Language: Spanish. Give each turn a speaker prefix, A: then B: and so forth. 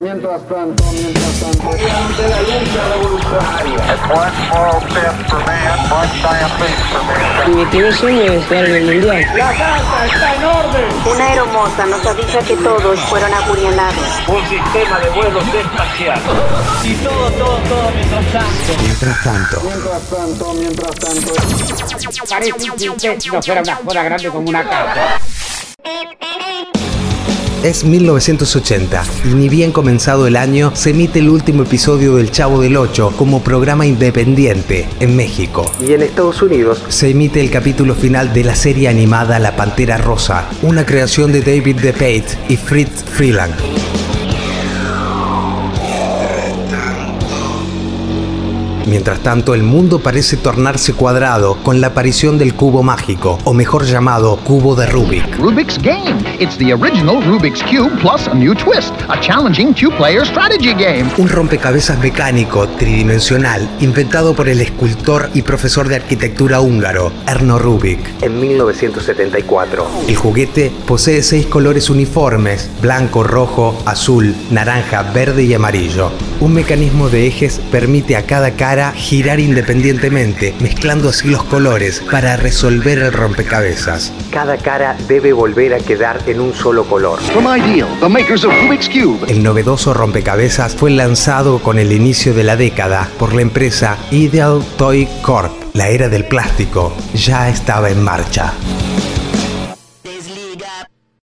A: Mientras tanto, mientras tanto, ante la lucha revolucionaria.
B: One small step for man, one giant leap for mankind.
C: Mi primer sueño es jugar en el mundial.
A: La casa está en orden.
D: Una hermosa nos avisa que todos fueron apuñalados.
E: un sistema de vuelos espacial. Y todo, todo, todo mientras tanto.
F: Mientras tanto,
A: Mientras tanto, mientras tanto.
G: Parece que usted no fuera una joda grande como una casa.
F: es 1980 y ni bien comenzado el año se emite el último episodio del Chavo del 8 como programa independiente en México. Y en Estados Unidos se emite el capítulo final de la serie animada La Pantera Rosa, una creación de David DePate y Fritz Freeland. Mientras tanto, el mundo parece tornarse cuadrado con la aparición del cubo mágico, o mejor llamado cubo de Rubik.
H: Rubik's Game. It's the original Rubik's Cube plus a new twist, a challenging two player strategy game.
F: Un rompecabezas mecánico tridimensional inventado por el escultor y profesor de arquitectura húngaro Erno Rubik en 1974. El juguete posee seis colores uniformes, blanco, rojo, azul, naranja, verde y amarillo. Un mecanismo de ejes permite a cada cara girar independientemente, mezclando así los colores para resolver el rompecabezas. Cada cara debe volver a quedar en un solo color.
H: From Ideal, the makers of Rubik's Cube.
F: El novedoso rompecabezas fue lanzado con el inicio de la década por la empresa Ideal Toy Corp. La era del plástico ya estaba en marcha.